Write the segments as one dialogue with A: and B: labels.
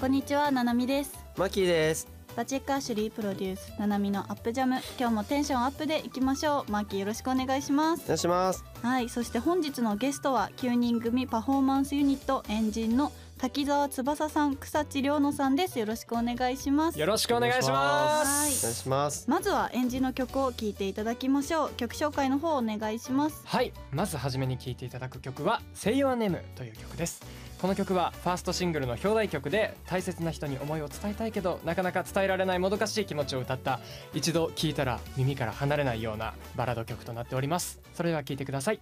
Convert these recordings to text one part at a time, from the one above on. A: こんにちは、ななみです。
B: マッキーです。
A: バチェッカーシュリープロデュース、ななみのアップジャム。今日もテンションアップでいきましょう。マーキーよろしくお願いします
B: お。願いします。
A: はい、そして本日のゲストは9人組パフォーマンスユニットエンジンの滝沢翼さん、草地良乃さんです。よろしくお願いします。
C: よろしくお願いします。
A: はい
B: お願いします。
A: まずはエンジンの曲を聴いていただきましょう。曲紹介の方お願いします。
C: はい、まずはじめに聴いていただく曲は「Say Your Name」という曲です。この曲はファーストシングルの表題曲で大切な人に思いを伝えたいけどなかなか伝えられないもどかしい気持ちを歌った一度聴いたら耳から離れないようなバラード曲となっております。それでは聴いてください。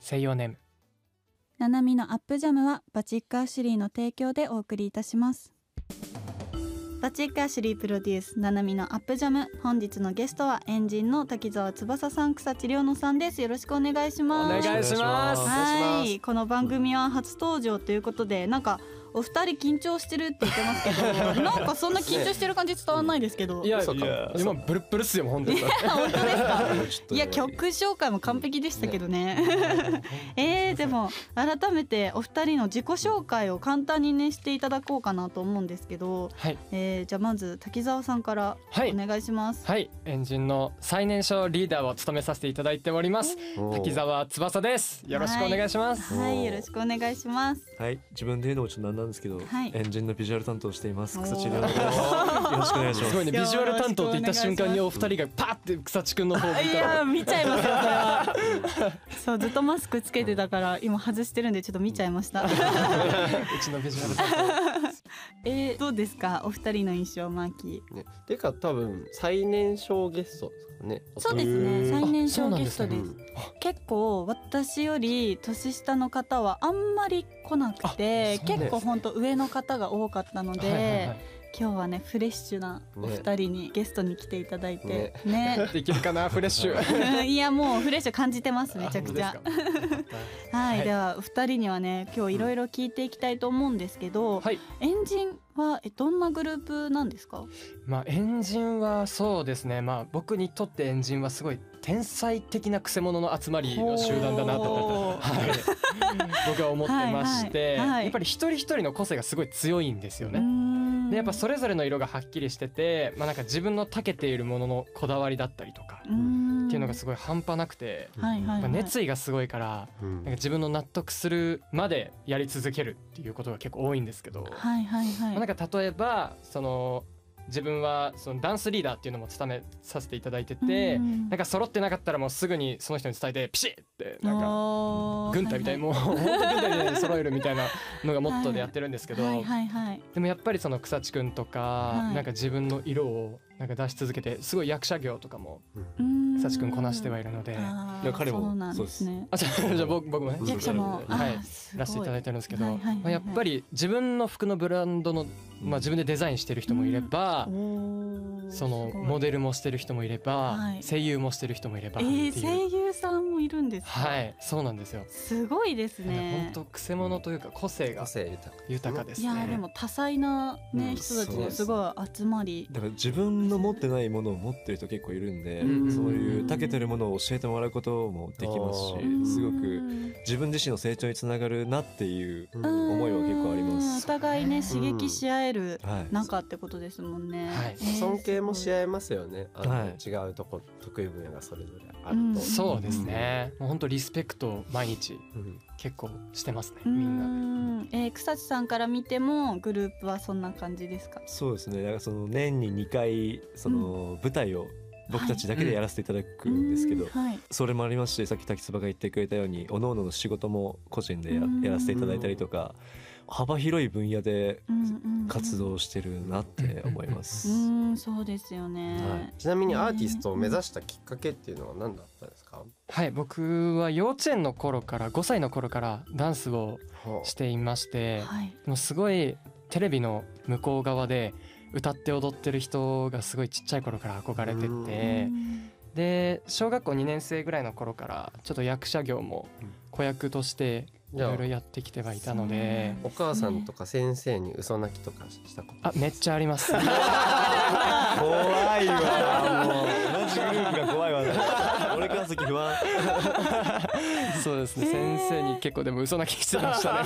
C: Say Your Name。
A: ナナミのアップジャムはバチッカーシュリーの提供でお送りいたしますバチッカーシュリープロデュースナナミのアップジャム本日のゲストはエンジンの滝沢翼さん草地良乃さんですよろしくお願いし
C: お
A: ます
C: 願いします
A: は
C: お
B: お願いし
A: いこの番組は初登場ということでなんかお二人緊張してるって言ってます けどなんかそんな緊張してる感じ伝わんないですけど
C: いや
B: そう
C: い
B: か
C: や今ブルッブルっすよ本当 に。
A: 本当ですか
B: ます。
A: いや曲紹介も完璧でしたけどね えー、でも改めてお二人の自己紹介を簡単にねしていただこうかなと思うんですけど、
C: はい
A: えー、じゃあまず滝沢さんから
C: はい
A: お願いします。
C: はいエンジンの最年少リーダーを務めさせていただいております滝沢翼です。よろしくお願いします。
A: はい、よろしくお願いします。
D: はい、自分で言うのもちょっとなんなんですけど、
A: はい
D: エンジンのビジュアル担当しています
A: おー
D: 草地亮です。よろしくお願いします
C: ごい
D: す。
C: ねビジュアル担当って言った瞬間にお二人がパーって草地くんの方を見た
A: いや ー見ちゃいますよそれ はそうずっとマスクつけてたから今外してるんでちょっと見ちゃいました
C: うちのビジュアル担
A: えー、どうですかお二人の印象マーキー
B: ね、てか多分最年少ゲストですかね。
A: そうですね最年少ゲスト
C: そう
A: で
C: な
A: す結構私より年下の方はあんまり来なくて
C: あそうなんですね
A: 結構ほんと上の方が多かったの
C: 当
A: で、
C: はいはいはい
A: 今日はねフレッシュなお二人にゲストに来ていただいてね
C: できるかなフレッシ ュ
A: いやもうフレッシュ感じてますめちゃくちゃ
C: あ。本当ですかよかっ
A: はい、
C: はい
A: ではお二人にはね今日いろいろ聞いていきたいと思うんですけど、
C: たはい
A: エンジンはえどんなグループなんですか
C: まあエンジンはそうですねまあ僕にとってエンジンはすごい天才的なくせ者の集まりの集団だなと
A: ほう
C: はい僕は思ってまし
A: は
C: て
A: いはいはい
C: やっぱり一人一人の個性がすごい強いんですよ
A: うー
C: ね。
A: ん
C: でやっぱそれぞれの色がはっきりしてて、まあ、なんか自分の長けているもののこだわりだったりとか
A: うーん
C: っていうのがすごい半端なくて、
A: はいはい、
C: やっ
A: は
C: ぱ
A: い、
C: 熱意がすごいから、
B: うん
C: なんか自分の納得するまでやり続けるっていうことが結構多いんですけど、
A: はいはいはい
C: まあなんか例えばその自分はそのダンスリーダーっていうのも務めさせていただいてて、
A: うん
C: なんか揃ってなかったらもうすぐにその人に伝えてピシッってなんか
A: おー
C: 軍隊みたいにもう本当軍隊みたいに揃えるみたいなのがモットーでやってるんですけど、
A: はいはいはい
C: でもやっぱりその草地くんとか、
A: い
C: なんか自分の色をなんか出し続けてすごい役者業とかも
A: さ
C: 草地くんこなしてはいるので。
A: あー
D: いや彼も
A: そうなんですね
C: あ、じゃあ、じゃあ、僕、僕もね。
D: そう
A: 役者も
D: そう
C: そう
A: あ
C: は
A: ー
C: い
A: すご
C: らせていただいてるんですけど、
A: はいはいはいはい
C: まあ、やっぱり自分の服のブランドの、まあ、自分でデザインしてる人もいれば、
A: おー
C: その
A: すごい
C: モデルもしてる人もいれば、
A: はい
C: 声優もしてる人もいれば
A: え
C: っていう、
A: ー、声優さんもいるんですか
C: はいそうなんですよ。
A: すごいです
C: 本
A: ね
C: 当くせ者というか個性が
B: 個性豊か。
C: 豊かで
A: い
C: すね。
A: やーでも多彩なね、
B: うん
A: 人たち
B: そう
A: が
B: です
A: すごい集まり
D: だから自分の持ってないものを持ってる人結構いるんで、
C: うん
D: そういう長けてるものを教えてもらうこともできます
B: あ
D: し、すご
A: う
D: く
A: ん
D: 自分自身の成長につながるなっていう、
B: うん
D: 思いは結構あります
A: うんお互いね刺激し合える
D: はい、
A: 仲ってことですもんね、
C: はい
B: 尊敬もし
A: 合
B: 合えますよね。あの
D: はい
B: 違うとこ得意分野がそれぞれあ
A: う
B: る
A: ん
B: と。
C: そうですね。もう本当リスペクトを毎日
B: うん
C: 結構してますね。
A: う
C: み
A: ー
C: んなで。
A: ん、えー、草地さんから見てもグループはそんな感じですか。
D: そうですね。だからその年に2回その舞台を僕たちだけでやらせていただくんですけど
A: うん、はい。
D: それもありますしさっき滝つばが言ってくれたように各々の仕事も個人でや
A: うん
D: やらせていただいたりとか幅広い分野で
A: うんうん、
D: 活。動してるなって思いま
A: う
D: す。
A: ん、そうですよ
D: は
A: ね
D: い。
B: ちなみにアーティストを目指したきっかけっていうのは何だったんですか。
C: はい、僕は幼稚園の頃から5歳の頃からダンスをしていまして、
A: はい。
C: でもすごいテレビの向こう側で歌って踊ってる人がすごいちっちゃい頃から憧れて
B: うん
C: て
A: うん
C: で小学校2年生ぐらいの頃からちょっと役者業も
B: うん
C: 子役としてい
B: じゃあ
C: ろいろやってきてはいたので
B: お母さんとか先生に嘘泣きとかしたこと。
C: あめっちゃあります
D: 怖いわもうマジグループが怖いわ、ね、俺から先不安
C: そうです
A: へ
C: ね
A: ー
C: 先生に結構でも嘘泣きしてましたね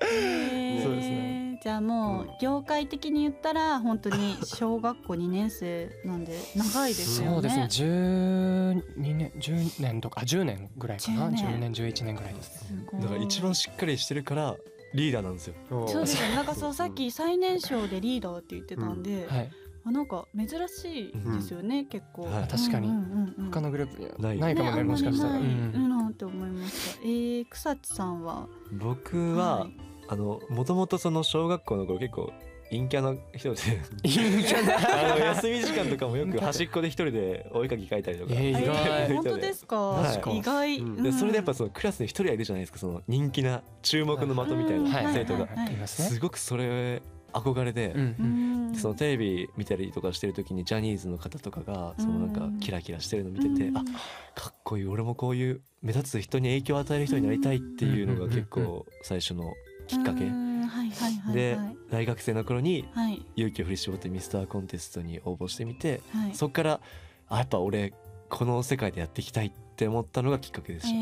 A: へー
C: そうですね
A: ちゃんも
B: うん
A: 業界的に言ったら本当に小学校2年生なんで長いですよね。
C: そうですね。12年10年とかあ10年ぐらいかな。
A: 10
C: 10
A: 年
C: 年11年ぐらいで
A: す
C: す。
A: ごい
D: だから一番しっかりしてるからリーダーなんですよ
A: そうですよねなんかそううさっき最年少でリーダーって言ってたんで、
C: はい。
A: あなんか珍しいですよね、結構、
D: はい
C: 確かに
A: うんうんうんうん
C: 他のグループには
D: ない
C: ないかも
A: ね
C: ね。もしかしたら。
A: あ
C: う
A: ま
C: ん
A: りないうん
C: ん
A: なんて思いましたえー、草地さんは
D: 僕は、
A: い
D: あのもともとその小学校の頃結構陰キャの人で
C: いいじゃ ない。
D: あの休み時間とかもよ
C: 陰キャ
D: く
C: で
D: 端っこで一人でお絵かき描いたりとか、
C: えー意
A: え
C: 外
A: ー、本当ですか、
D: はい
A: 意外、
B: うん
D: でそれでやっぱそのクラスに一人はいるじゃないですかその人気な注目の的みたい
A: は
D: ない生徒が、
A: はいはいはい
C: ありますね。
D: すごくそれ憧れで、
C: うんうん。
D: でそのテレビ見たりとかしてる時にジャニーズの方とかがそのなんかキラキラしてるの見てて、あかっこいい俺もこういう目立つ人に影響を与える人になりたいっていうのが結構最初のきっか
A: は
D: け、
A: いはいはい
D: で
A: はい
D: 大学生の頃に
A: はい
D: 勇気を振り絞ってミスターコンテストに応募してみて、
A: はい
D: そっからあやっぱ俺この世界でやっていきたいって思ったのがきっかけでした、
A: え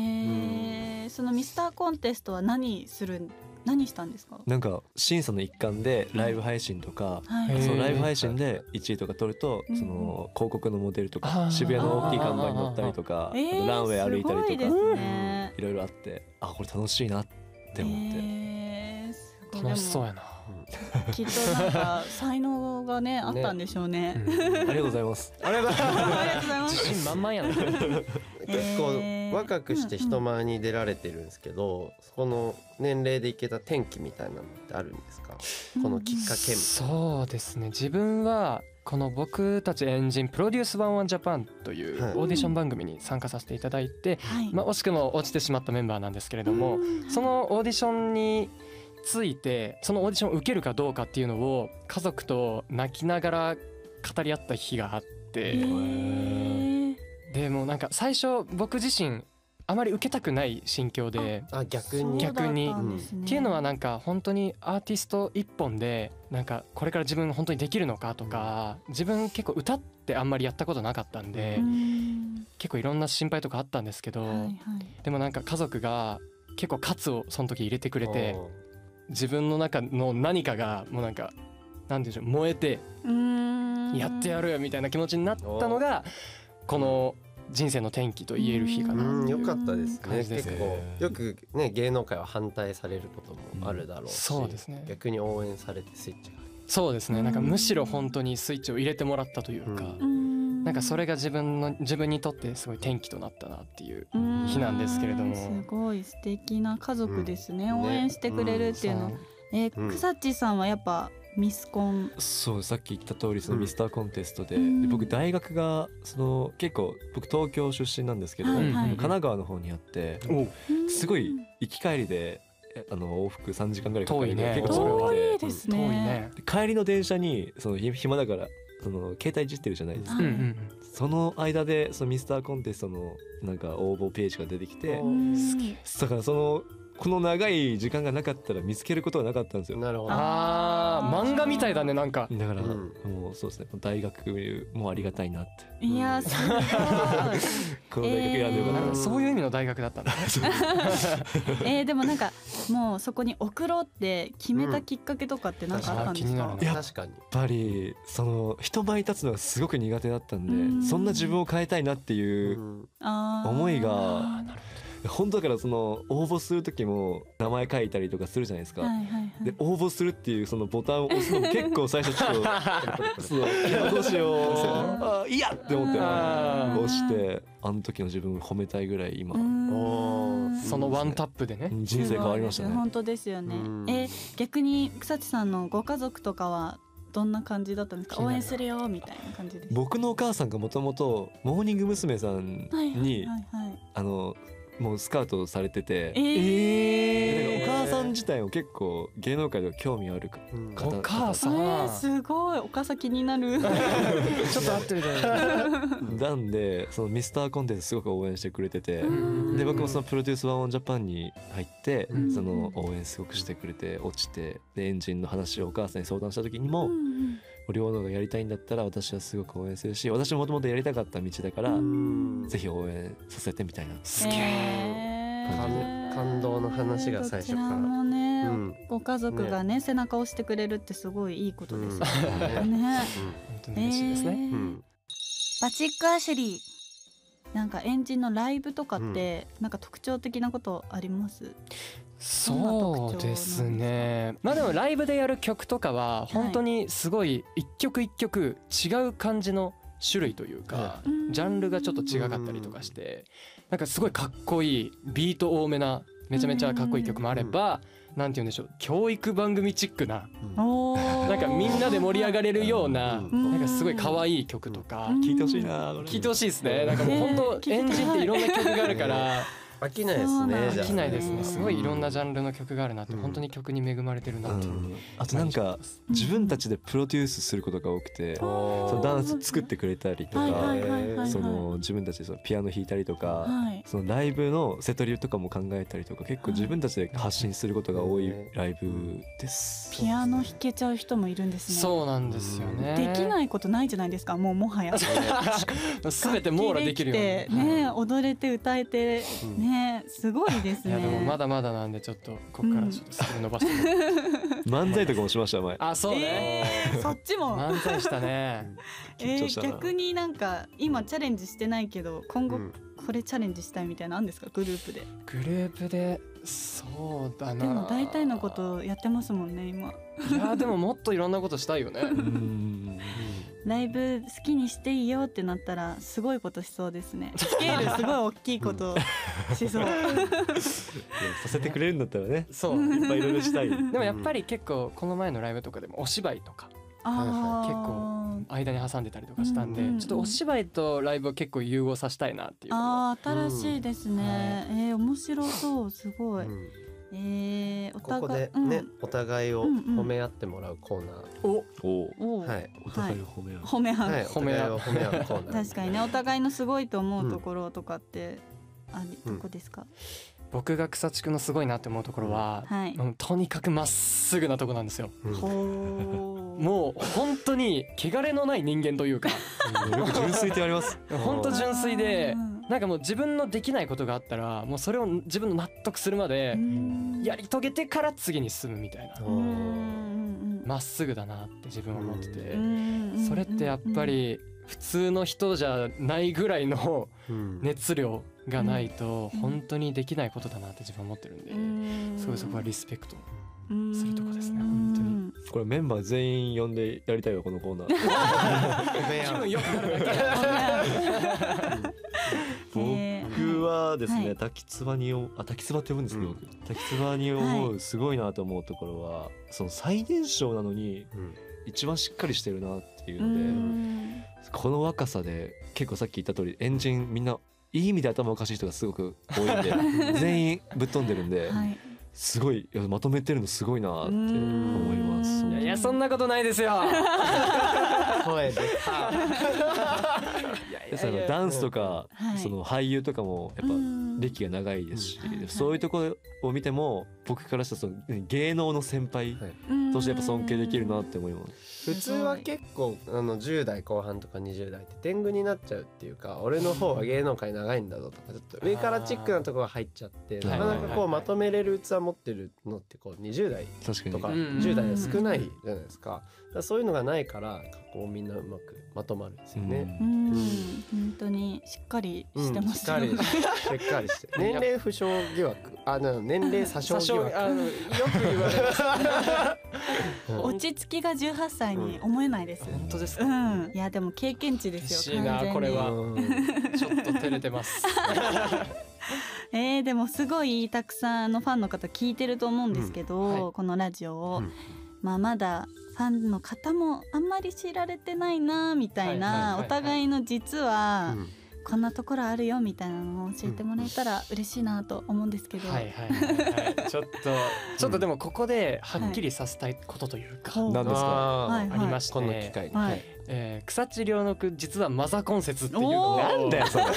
A: ー、そのミスターコンテストは何する何したんですか
D: なんか審査の一環でライブ配信とか、
A: はい
C: へー
D: そのライブ配信で1位とか取ると、
A: うん
D: その広告のモデルと
C: あ
D: か
C: ー
D: 渋谷の大きい看板に乗ったりとかあ
A: えー
D: とランウェイ歩いた
A: す
D: りとか
A: ごいですね
D: いろいろあってあこれ楽しいなって思って、
A: えーすごい
C: 楽しそう
A: で
C: やな。
A: もきっとなんか才能がねあったんでしょうね
C: うん
D: ありがとうございます
B: あ れ
A: あり
B: は
A: がとうございま
C: 自
A: す
C: 信満々やな。
B: 結
A: えー
B: 構若くして人
A: うん
B: 前に出られてるんですけど、そこの年齢でいけた転機みたいなのってあるんですかこのきっかけ
C: そうですね自分はこの僕たちエンジンプロデュースワンワンジャパンという
B: はい
C: オーディション番組に参加させていただいて、
A: はい
C: まあ、惜しくも落ちてしまったメンバーなんですけれども、
A: うん
C: そのオーディションについてそのオーディションを受けるかどうかっていうのを家族と泣きながら語り合った日があっ
A: へ
C: て、
A: ー
C: でもうなんか最初僕自身あまり受けたくない心境で。
B: あ逆に
C: 逆に
A: そうだったんですね
C: っていうのはなんか本当にアーティスト一本でなんかこれから自分本当にできるのかとか自分結構歌ってあんまりやったことなかったんで
A: うん
C: 結構いろんな心配とかあったんですけど
A: はいはい
C: でもなんか家族が結構カツをその時入れてくれて
B: おー
C: 自分の中の何かがもうなんかなんて言うんでしょう燃えて
A: うーん
C: やってやるよみたいな気持ちになったのがこの人生の転機と言える日かな
B: うん、
C: ってい
B: よ
C: う
B: かったですね
C: 感じです
B: 結構よくね芸能界は反対されることもあるだろうし、
C: そうですね
B: 逆に応援されてスイッチが
C: そうですねなんかむしろ本当にスイッチを入れてもらったというか。
B: うん
A: うん
C: なんかそれが自分の自分にとってすごい転機となったなっていう。日なんですけれども
A: うんすごい素敵な家族ですね、
B: うんね
A: 応援してくれるっていうの、えー
B: うん
A: 草地さんはやっぱミスコン
D: そうさっき言った通りその
B: うん
D: ミスターコンテストで,、
A: うん
D: で僕大学がその結構僕東京出身なんですけど、
A: はいはい
D: 神奈川の方にあって
C: おう
D: すごい行き帰りでえあの往復3時間ぐらいかか
C: 遠い
D: る
C: ね
D: 結構それは
A: 遠
D: で
A: いです
C: 遠
A: ね
C: いね。
D: で帰りの電車にそのひ暇だからその携帯いじってるじゃないです
C: う
D: か
C: んうん
D: その間でそのミスターコンテストのなんか応募ページが出てきて
B: お
A: うん
C: 好
D: だからそのこの長い時間がなかったら見つけることがなかったんです
B: うん
D: よ
B: なるほ
C: うん。
B: ど
C: ああ
A: あー
C: 漫画みたいだねなんか。
D: だから、
B: うん
D: もうそうですね大学もありがたいなって
A: いやす ごい
C: なん
D: この大学選んでよかったな
C: か
D: って
C: そういう意味の大学だったんだ。
A: えーでもなんかもうそこに送ろうって決めたきっかけとかってなんかあったんですか、
C: うん確かに気になる
D: ねいや
B: 確かに
D: やっぱりその人前に立つのがすごく苦手だったんで、
A: うん
D: そんな自分を変えたいなって
B: う
D: いう、
B: ん
A: あー
D: 思いが
C: あーなる
D: 本当だからその応募する時も名前書いたりとかするじゃないですか、
A: はいはいはい
D: で応募するっていうそのボタンを押すのも結構最初ちょっと そのどうしようあいやって思って
C: あー
D: 押してあの時の自分を褒めたいぐらい今、
A: うん
B: おー
C: ほどそのワンタップでね。
D: 人生変わりました
A: すごいです
D: ね
A: 本当ですよね
B: うん。
A: えー逆に草地さんのご家族とかはどんな感じだったんです
C: 気
A: か。
C: に
A: 応
C: なる
A: 援するよみたいな感じです。
D: 僕のお母さんがもともとモーニング娘。さん
A: はいはい
D: に
A: はいはい。
D: あのもうスカウトされてて、
A: え
D: だからお母さん自体も結構芸能界では興味あるか
B: うん
D: 方
C: お母さ
A: え
C: ん。
A: ー、すごいお母さん気になる。
C: ちょっと合ってるじゃない。
D: なんでそのミスターコンテンツすごく応援してくれてて、
C: ん
D: で僕もそのプロデュースワンオンジャパンに入って、
C: うん
D: その応援すごくしてくれて落ちてでエンジンの話をお母さんに相談した時にも、両のがやりたいんだったら私はすごく応援するし私ももともとやりたかった道だから、
B: うん
D: ぜひ応援させてみたいな
C: すげえ。
B: 感動の話が最初から
A: どちらもねね、
B: うん
A: ご家族がね背中を押してくれるってすごいいいことですよ
B: うんね
A: ね。
C: 本当に嬉しいですね、
A: えー
B: うん
A: バチックアシュリーなんかエンジンのライブとかって、なんか特徴的なことあります
C: そうですねまあでもライブでやる曲とかは本当にすごい一曲一曲違う感じの種類というか
A: いうん
C: ジャンルがちょっと違かったりとかしてなんかすごいかっこいいビート多めなめちゃめちゃかっこいい曲もあればなんて言うんでしょう教育番組チックな
B: うん
A: おー
C: なんかみんなで盛り上がれるような
B: うん
C: なんかすごい可愛い曲とか
A: うん
D: 聞いてほしいな。
C: 聴いてほしいですねなんかもう本当
A: ね
C: エンジンっていろんな曲があるから。
B: 飽きないですねじゃあ
C: 飽きないですねすごいいろんなジ
B: ゃ
C: ャンルの曲があるなって、
B: うん
C: 本当に曲に恵まれてるな
D: う
C: って、
D: んあとなんか自分たちでプロデュースすることが多くて、
A: う
D: そ
A: ん
D: のダンス作ってくれたりと
A: はいは
D: か
A: い、はいはいはい
D: その自分たちでそのピアノ弾いたりとか、
A: はい
D: そのライブのセトリとかも考えたりとか、結構自分たちで発信することが多いライブです。
A: ピアノ弾けちゃう人もいるんですね
C: そうなんですよ
A: で
C: ね
A: きないいことないじゃないですかもうもはや
C: 全て網羅できるように
A: 楽器できてね踊れて歌えて
B: うん
A: ねすごいです
C: い
A: ね
C: やでもまだまだなんでちょっとここからちょっとスキル伸ば して、
D: 漫才とかもしました前。
C: あそうね、
A: えーそっちも
C: 漫才したね
A: え
D: 緊張した
A: ー
D: な
A: 逆になんか今チャレンジしてないけど今後
B: うん
A: これチャレンジしたいみたいなのあるんですかグループで
C: グループでそうだな
A: でも大体のことやってますもんね今
C: いやでももっといろんなことしたいよね
D: うん
A: ライブ好きにしていいよってなったらすごいことしそうですねスケールすごい大きいことしそう
D: でもさせてくれるんだったらね、
C: そう
D: いっぱいいろい ろしたい。
C: でもやっぱり結構この前のライブとかでもお芝居とか
A: あー
C: 結構間に挟んでたりとかしたんで、
A: うんうんうん
C: ちょっとお芝居とライブを結構融合させたいなっていうのも
A: あー新しいですね、えー面白そうすごい、
B: うん
A: えーお
B: ここ
A: 互い
B: でねお互いを褒め合ってもらうコーナー
C: お
D: お
A: うん、おう
B: はい
D: お互いを褒め合う。
A: 褒め合う、
B: はいお互いを褒め合うコーナー
A: 確かにねお互いのすごいと思うところとかって、あり
B: うん
A: どこですか、
C: 僕が草地区のすごいなって思うところは、
A: はい、
C: うんとにかくまっすぐなとこなんですよ
B: うん
A: ほー
C: もう本当に汚れのない人間というか
D: よく純粋って言われます。
C: 本当純粋で
A: うん
C: なんかもう自分のできないことがあったらもうそれを自分の納得するまで
A: うん
C: やり遂げてから次に進むみたいな
A: うんうんうん
C: まっすぐだなって自分は思ってて、
A: うん
C: それってやっぱり普通の人じゃないぐらいの
B: うん
C: 熱量がないと
A: うん
C: 本当にできないことだなって自分は思ってるんで、
A: うん
C: すごいそこはリスペクト
A: うん
C: するとこですね本当に
A: うん
D: これメンバー全員呼んでやりたいわこのコーナー。
B: 褒め
C: 気
B: 合う
C: 分良くなるだ け
A: えー
D: 僕はです
A: は
D: ね、
A: い
D: 滝つばにおあ滝つばって呼ぶんですけ
B: う
D: ど、
B: ん
D: 滝つばに思うすごいなと思うところは、その最年少なのに
B: うん
D: 一番しっかりしてるなっていう
A: う
D: ので、
A: ん
D: この若さで結構さっき言った通りエンジンみんないい意味で頭おかしい人がすごく多いんで全員ぶっ飛んでるんで、
A: はい
D: すごいいやまとめてるのすごいなって思います。
A: うん
C: いやいやそんなことないですよ。
B: 声で
D: でそのダンスとか、
A: はい
D: その俳優とかもやっぱ
A: うん
D: 歴が長いですし、
A: うんはいはい
D: そういうところを見ても僕からしたらその芸能の先輩
B: はい
D: としてやっぱ尊敬できるなって思います。
B: 普通は結構あの10代後半とか20代って天狗になっちゃうっていうか俺の方は芸能界長いんだぞとかちょっと上からチックなところが入っちゃって
D: あー
B: なかなか
C: はいはい
B: こ
C: は
B: う
C: い
B: まとめれる器持ってるのってこう20代
D: 確かに
B: とか
C: うんうん
B: 10代は少ないじゃないですかだからそういうのがないからこうみんなうまくまとまるんですよね。
A: う
D: うん
A: ん
B: うん
A: 本当にしっかり
B: うん
A: してます
B: しっか
A: よね
B: りししっかり して年齢不詳疑惑あな年齢 詐称
C: 多
B: 疑
C: 少
B: 惑
C: あのよく言われます。
A: 落ち着きが18歳に思えないです
C: 本当です
A: う
C: か。
A: んいやでも経験値ですよ
C: 嬉しいな
A: 完全に
C: これは
B: うん
C: ちょっと照れてます。
A: えーでもすごいたくさんのファンの方聞いてると思うんですけど、
C: うんは
A: このラジオを、
B: うん
A: まあ、まだファンの方もあんまり知られてないなみたいな、
C: はいはいはいはい
A: お互いの実は
B: うん
A: こんなところあるよみたいなのを教えてもらえたら嬉しいなと思うんですけど、
C: はいはいはいはい。ちょっとちょっとでもここではっきりさせたいことというか、
A: うん
D: なんですか
B: あー
A: はい
C: ありまして、
B: この機会に
A: はい
B: はい
C: えー、草地良の句実はマザコン説っていうの
A: お
C: を
A: ー
D: なんだよそれ
A: さ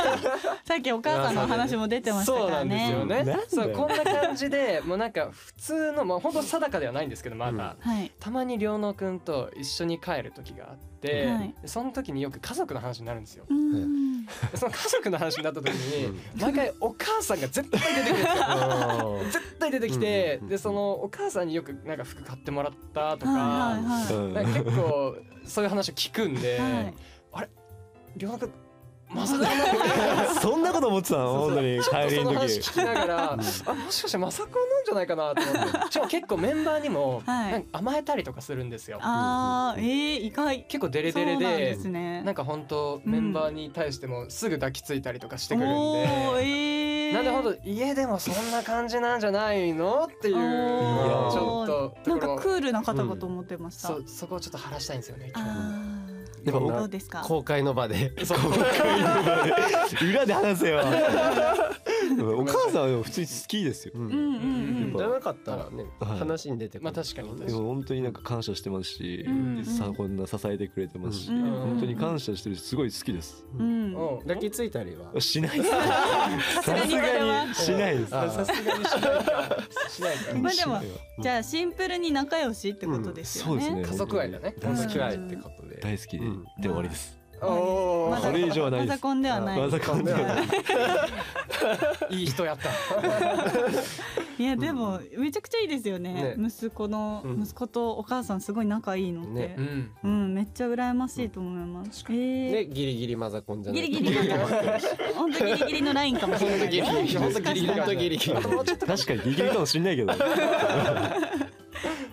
A: っきお母さんのお話も出てました
C: そう
A: から
C: なんです
A: ね
C: よ
D: なんだ
C: ね
D: よ
C: そうこんな感じでもうなんか普通のまあ本当定かではないんですけどまだ、
A: はい
C: たまに良能くんと一緒に帰る時があって、
A: はい
C: その時によく家族の話になるんですよ
A: うん
C: その家族の話になった時
B: う
C: に
B: ん
C: 毎回お母さんが絶対出てくるんですよ 絶対出てきて
B: うん
C: でそのお母さんによくなんか服買ってもらったとか,、
A: はいはいは
D: うん
C: なんか結構そういう話を聞くんで
A: いはい
C: 良能くんまさかの
D: そんなこと思ってたの
C: そう
D: 本当に
C: ちょっと
D: 帰
C: そ
D: り
C: の
D: の
C: 話
D: 時
C: 聞きながら、
B: うん
C: あもしかしてマサコンなんじゃないかなと思ってしかも結構メンバーにも
A: はい
C: なんか甘えたりとかするんですよ。
A: あーえー意外
C: 結構デレ
A: そう
C: デレ
A: なん
C: で
A: です ね
C: なんか本当メンバーに対してもすぐ抱きついたりとかしてくるん
A: おー
C: で、
A: えー
C: なんで本当家でもそんな感じなんじゃないのっていうち
A: おー
C: ょっと
A: な
C: とこ
A: ん
C: ろ
A: かクールな方かと思ってました、
C: そそこをちょっと話したいんですよね今日
A: あ
B: で
A: ー
B: も
A: どうですか
B: 公開の場で
C: そう
D: 裏で話せよお母さんはでも普通に好きですよ
B: う
A: うんうんんうん
B: じゃなかったらね
D: はい
B: 話に出てこない
C: まあ確かに確か
D: でも本当になんか感謝してますし、
C: うん
D: さこんな支えてくれてますし、
A: うん
D: 本当に感謝してるしすごい好きです、
A: うん
C: うん
B: 抱きついたりは
D: しないです
A: さ
D: さ
A: すがに
D: す
A: これは
D: がに しないです
B: あ
C: さすがにしないかしないか
A: まあでも
D: しないわ
A: じゃあシンプルに仲良しってことです
D: そ
A: よ
D: うですね
A: ね。
C: 家族愛だね
D: 本当に
B: 付き合
D: 大好
B: い
D: き
B: ってことで
D: 大好きで、
B: うん
D: で終わりです
C: お
A: ま
C: ー
A: だ
D: それ以上はないです
A: マザコンではない。
D: まさかね
C: いい人やった
A: いやでもめちゃくちゃいいですよね。
B: ね
A: 息子の
B: うん
A: 息子とお母さんすごい仲いいのって、
B: ね
C: ん
A: うんめっちゃ羨ましいと思います。え
B: でギリギリマザコンじ
A: ー、
B: ゃな
A: ギ
B: い
A: リギリなん か本当ギリギリのラインかもしれないです。
C: 本当ギリギリ
A: もしかしたら
B: 本当ギリギリ
D: 確かにギリギリかもしれないけど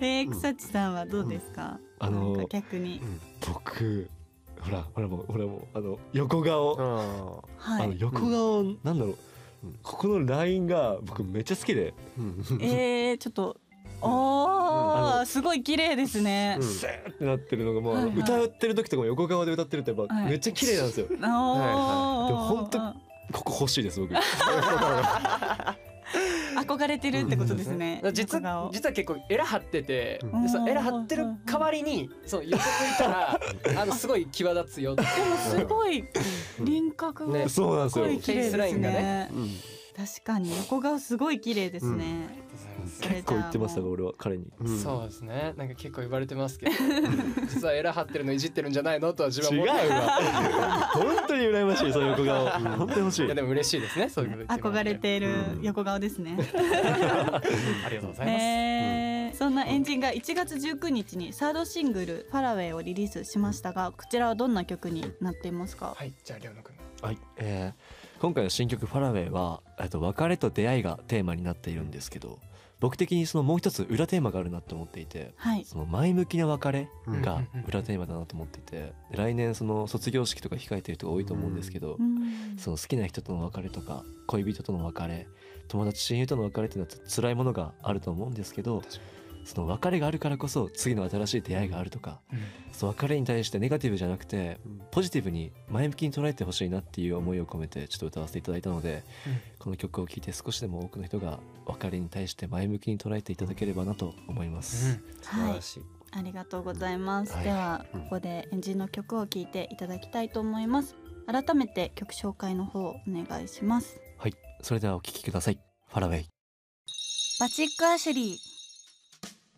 A: えー、草地さんはどうですか。
D: うんあのー
A: なんか逆に、
D: 僕ほらほらもうほらもうあの横顔、
B: あ
A: は
D: あの
A: い。
D: 横顔、なんだろう、
B: うん
D: ここのラインが僕めっちゃ好きで、
A: えー、ちょっとおー、すごい綺麗ですね。
B: うん
D: スーってなってるのがもう、あの
A: はいはい
D: 歌ってる時とかも横側で歌ってるとやっぱ
A: はい
D: めっちゃ綺麗なんですよ、
A: おー、
B: は
D: でも本当ここ欲しいです僕
A: 憧れてるってことですね。
C: 実
A: 横
C: は
A: 顔
C: 実は結構エラ張ってて、
B: うん
C: でそのエラ張ってる代わりにそう横向いたらあのすごい際立つよって
A: でもすごい
B: うん
A: 輪郭が
B: ね
A: す
D: そうなんです
A: ご
D: よ
A: い綺麗です
C: フェイスラインが
A: ね
C: ね。
A: 確かに横顔すごい綺麗ですね。それ
D: 結構言ってましたが俺は彼に
B: うん
C: そうですねなんか結構言われてますけど実はエラ張ってるのいじってるんじゃないのとは自分
D: 違う
C: は思って
D: わ本当に羨ましいその横顔本当に欲し
C: い
D: い
C: やでも嬉しいですねそういうこと言っても
A: 憧
C: らって
A: れている
B: うん
A: 横顔ですね。
C: ありがとうございます、
A: えーそんなエンジンが1月19日にサードシングル「ファラウェイ」をリリースしましたが、こちらはどんな曲になっていますか。
C: はいじゃありょうのくん
D: はい、えー今回の新曲「ファラウェイは」えっと別れと出会いがテーマになっているんですけど僕的にそのもう一つ裏テーマがあるなと思っていて
A: はい。
D: その前向きな別れ
C: うん
D: が裏テーマだなと思っていてで来年その卒業式とか控えてる人が多いと思うんですけど
A: うん
D: その好きな人との別れとか恋人との別れ友達親友との別れっていうのは辛いものがあると思うんですけど
C: 確か
D: その別れがあるからこそ次の新しい出会いがあるとか
C: に
D: その別れに対してネガティブじゃなくてポジティブに前向きに捉えてほしいなっていう思いを込めてちょっと歌わせていただいたので、
C: うん
D: この曲を聴いて少しでも多くの人が別れに対して前向きに捉えていただければなと思います。
B: 素晴
A: はい
B: ら。しい
A: ありがとうございます、
D: はい
A: では
B: う
A: こ
B: ん
A: こでエンジンの曲を聴いていただきたいと思います改めて曲紹介の方お願いします
D: はい、それではお聴きください。ファラウェイ。
A: バチックアシュリ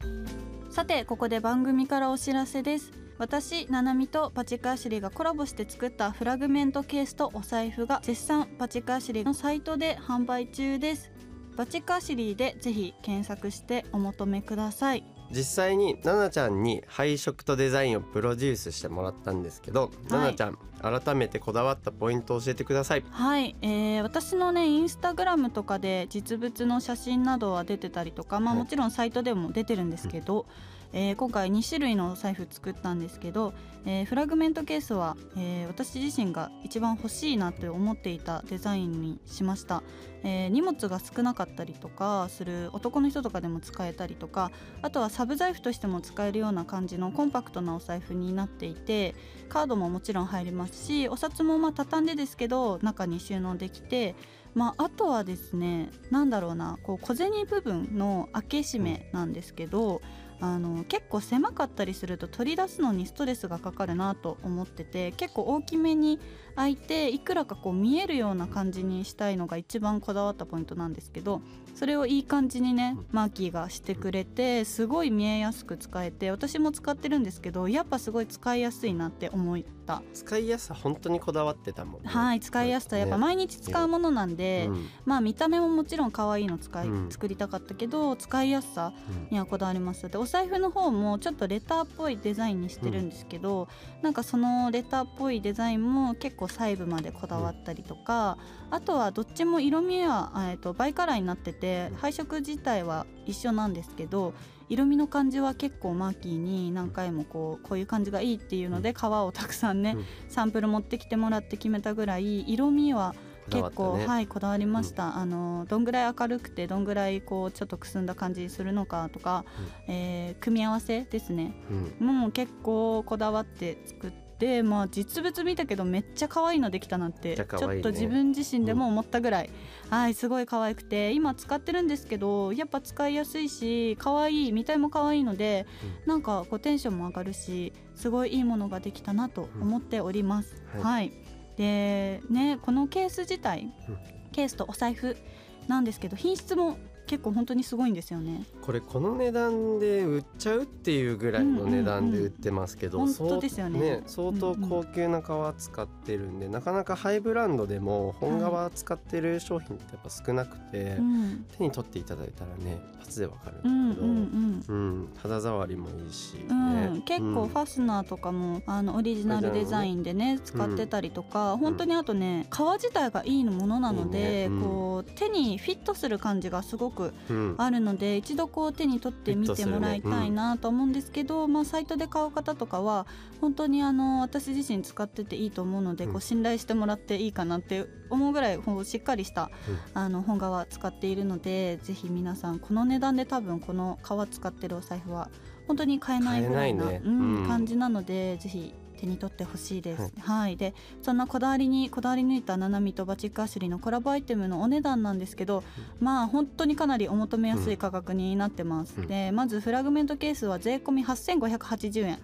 A: ーさてここで番組からお知らせです私ナナミとパチックアシュリーがコラボして作ったフラグメントケースとお財布が絶賛パチックアシュリーのサイトで販売中ですバチックアシュリーでぜひ検索してお求めください
B: 実際にナナちゃんに配色とデザインをプロデュースしてもらったんですけど、ナナちゃん改めてこだわったポイントを教えてください
A: はい、えー私のねインスタグラムとかで実物の写真などは出てたりとか、まあ、
B: はい
A: もちろんサイトでも出てるんですけど、えー今回2種類のお財布作ったんですけど、えーフラグメントケースは、えー私自身が一番欲しいなって思っていたデザインにしました、えー荷物が少なかったりとかする男の人とかでも使えたりとかあとはサブ財布としても使えるような感じのコンパクトなお財布になっていて、カードももちろん入りますしお札もまあ畳んでですけど中に収納できて、まあ、あとはですねなんだろうなこう小銭部分の開け閉めなんですけどあの結構狭かったりすると取り出すのにストレスがかかるなと思ってて結構大きめに開いていくらかこう見えるような感じにしたいのが一番こだわったポイントなんですけどそれをいい感じにね
B: うん
A: マーキーがしてくれてすごい見えやすく使えて私も使ってるんですけどやっぱすごい使いやすいなって思った。
B: 使いやすさ本当にこだわってたもんね
A: はい使いやすさやっぱ毎日使うものなんで、
B: うん
A: まあ見た目ももちろん可愛いの使い、
B: うん
A: 作りたかったけど使いやすさ
B: うん
A: にはこだわりますでお財布の方もちょっとレターっぽいデザインにしてるんですけど、なんかそのレターっぽいデザインも結構細部までこだわったりとか、あとはどっちも色味は、えー、とバイカラーになってて配色自体は一緒なんですけど色味の感じは結構マーキーに何回もこうこういう感じがいいっていうので皮をたくさんね、
B: うん
A: サンプル持ってきてもらって決めたぐらい色味は
B: こだわ
A: 結
B: った
A: 構、
B: ね
A: はいこだわりました、あのどんぐらい明るくてどんぐらいこうちょっとくすんだ感じにするのかとか、えー組み合わせですね
B: うん
A: もう結構こだわって作ってまあ実物見たけどめっちゃ可愛いのできたなって
B: めっちゃ可
A: ちょっ
B: 愛いね
A: と自分自身でも思ったぐらい、はいすごい可愛くて今使ってるんですけどやっぱ使いやすいし可愛い見た目も可愛いので、なんかこうテンションも上がるしすごいいいものができたなと思っております。
B: うん
A: はい、でねこのケース自体、
B: うん
A: ケースとお財布なんですけど品質も結構本当にすごいんですよね。
B: これこの値段で売っちゃうっていうぐらいの値段で売ってますけど、
A: うんうんうん
B: そう
A: 本当ですよね
B: 相当高級な革使ってるんで、なかなかハイブランドでも本革使ってる商品ってやっぱ少なくて、
A: うん
B: 手に取っていただいたらね一発でわかる
A: うんん
B: だけ
A: う
B: ど、うん
A: んうん
B: 肌触りもいいし、
A: うん
B: ね
A: 結構ファスナーとかも、あのオリジナルデザインでね使ってたりとか、本当にあとね革自体がいいものなので
B: いいねうん
A: こう手にフィットする感じがすごく
B: うん
A: あるので一度こう手に取ってみてもらいたいなと思うんですけど、まあ、サイトで買う方とかは本当にあの私自身使ってていいと思うので、
B: うん
A: こう信頼してもらっていいかなって思うぐらいこうしっかりした、
B: う
A: あの本革使っているのでぜひ皆さんこの値段で多分この革使ってるお財布は本当に買えないぐらいな
B: 買えないね
A: うん
B: うん
A: 感じなのでぜひ手に取ってほしいです。はい、でそんなこだわりにこだわり抜いたナナミとバチックアシュリーのコラボアイテムのお値段なんですけど、まあ本当にかなりお求めやすい価格になってます、
B: うん
A: でまずフラグメントケースは税込み8580円、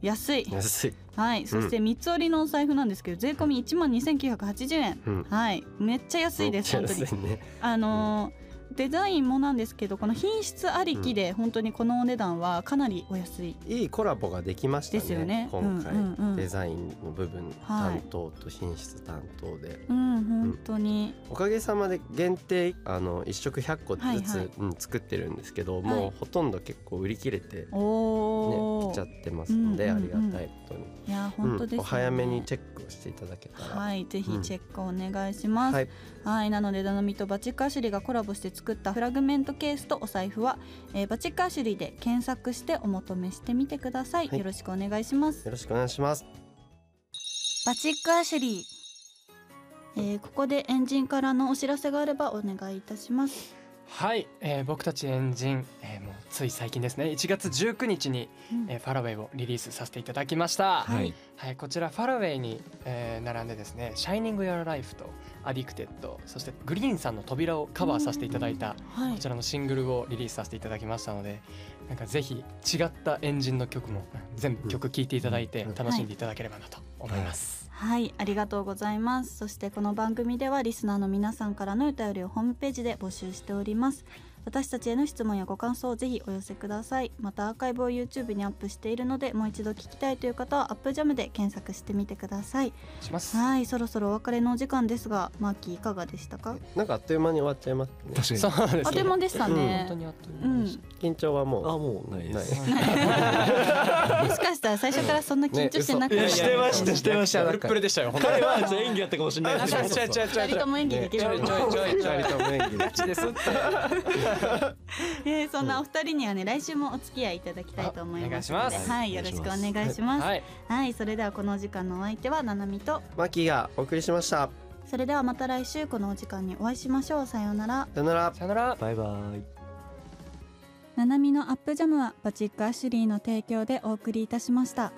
A: 安い
B: 安い、
A: はいそして三つ折りのお財布なんですけど税込み1万2980円
B: うん、
A: はいめっちゃ安いです本
B: めっ
A: 当
B: ちゃ
A: に
B: 安いね
A: あのーデザインもなんですけどこの品質ありきで本当にこのお値段はかなりお安い
B: いいコラボができましたね
A: ですよね
B: 今回、
A: うんうんうん
B: デザインの部分
A: はい
B: 担当と品質担当で、
A: うん本当に、
B: おかげさまで限定あの1食100個ずつ、
A: はいはい
B: うん作ってるんですけど、
A: は
B: も
A: いう
B: ほとんど結構売り切れて、ね、
A: お
B: 来
A: お、
B: ちゃってますの
A: う
B: で、
A: んう
B: あ
A: ん
B: り
A: うん
B: がたいことに、
A: いや
B: うん
A: 本当ですよね、
B: お早めにチェックをしていただけたら、
A: はい、ぜひチェックお願いします。
B: は
A: はいい、なのでダナミとバチックアシュリーがコラボして作ったフラグメントケースとお財布は、えーバチックアシュリーで検索してお求めしてみてください。
B: はい
A: よろしくお願いします。
B: よろしくお願いします。
A: バチックアシュリー。えーここでエンジンからのお知らせがあればお願いいたします。
C: はい、えー僕たちエンジン、えーもうつい最近ですね1月19日に、
A: うん
C: えーファラウェイをリリースさせていただきました、
A: はい
D: はい
C: はい、こちらファラウェイに、えー並んでですね「シャイニング・ヨア・ライフ」と「アディクテッド」そしてグリーンさんの扉をカバーさせていただいた
A: はい
C: こちらのシングルをリリースさせていただきましたのでなんかぜひ違ったエンジンの曲も全部曲聴いていただいて
B: うん
C: 楽しんでいただければなと思います。
A: はい、ありがとうございます。そしてこの番組ではリスナーの皆さんからのお便りをホームページで募集しております。私たちへの質問やご感想をぜひお寄せください。またアーカイブを YouTube にアップしているので、もう一度聞きたいという方は AppJam で検索してみてください。
C: します
A: はい、そろそろお別れのお時間ですが、マーキーいかがでしたか？
B: なんかあっという間に終わっちゃいますね。
D: 確か
C: そ
D: に
C: うで
A: あ
C: す
A: っという
C: ね
A: 間でしたね
C: 本当。にあっという
A: う
C: 間で
A: ん、
C: し
B: 緊張はも
D: あ
B: う
D: もうないです
B: な
C: た
A: もしかしたら最初からそんな緊張してなく
C: い
A: て、
C: やしてました
B: してました
C: プルプルでしたよ本当に
D: 彼は演技やったかもしれない
C: あ
D: です
C: ちょ
D: けど
C: いちょいちょいちょい
A: 二人とも演技できるように
C: ちょいちょいちょ いちょい
B: 二人とも演技で
C: ちょいです
A: えー、そんなお二人にはね来週もお付き合いいただきたいと思いますので
C: あお願いします
A: はいよろしくお願いしますは、
C: はいい
A: それではこのお時間のお相手はななみと
B: マキがお送りしました。
A: それではまた来週このお時間にお会いしましょうさようなら
B: さよなら。
C: さよなら
D: バイバイ
A: ななみのアップジャムはバチックアシュリーの提供でお送りいたしました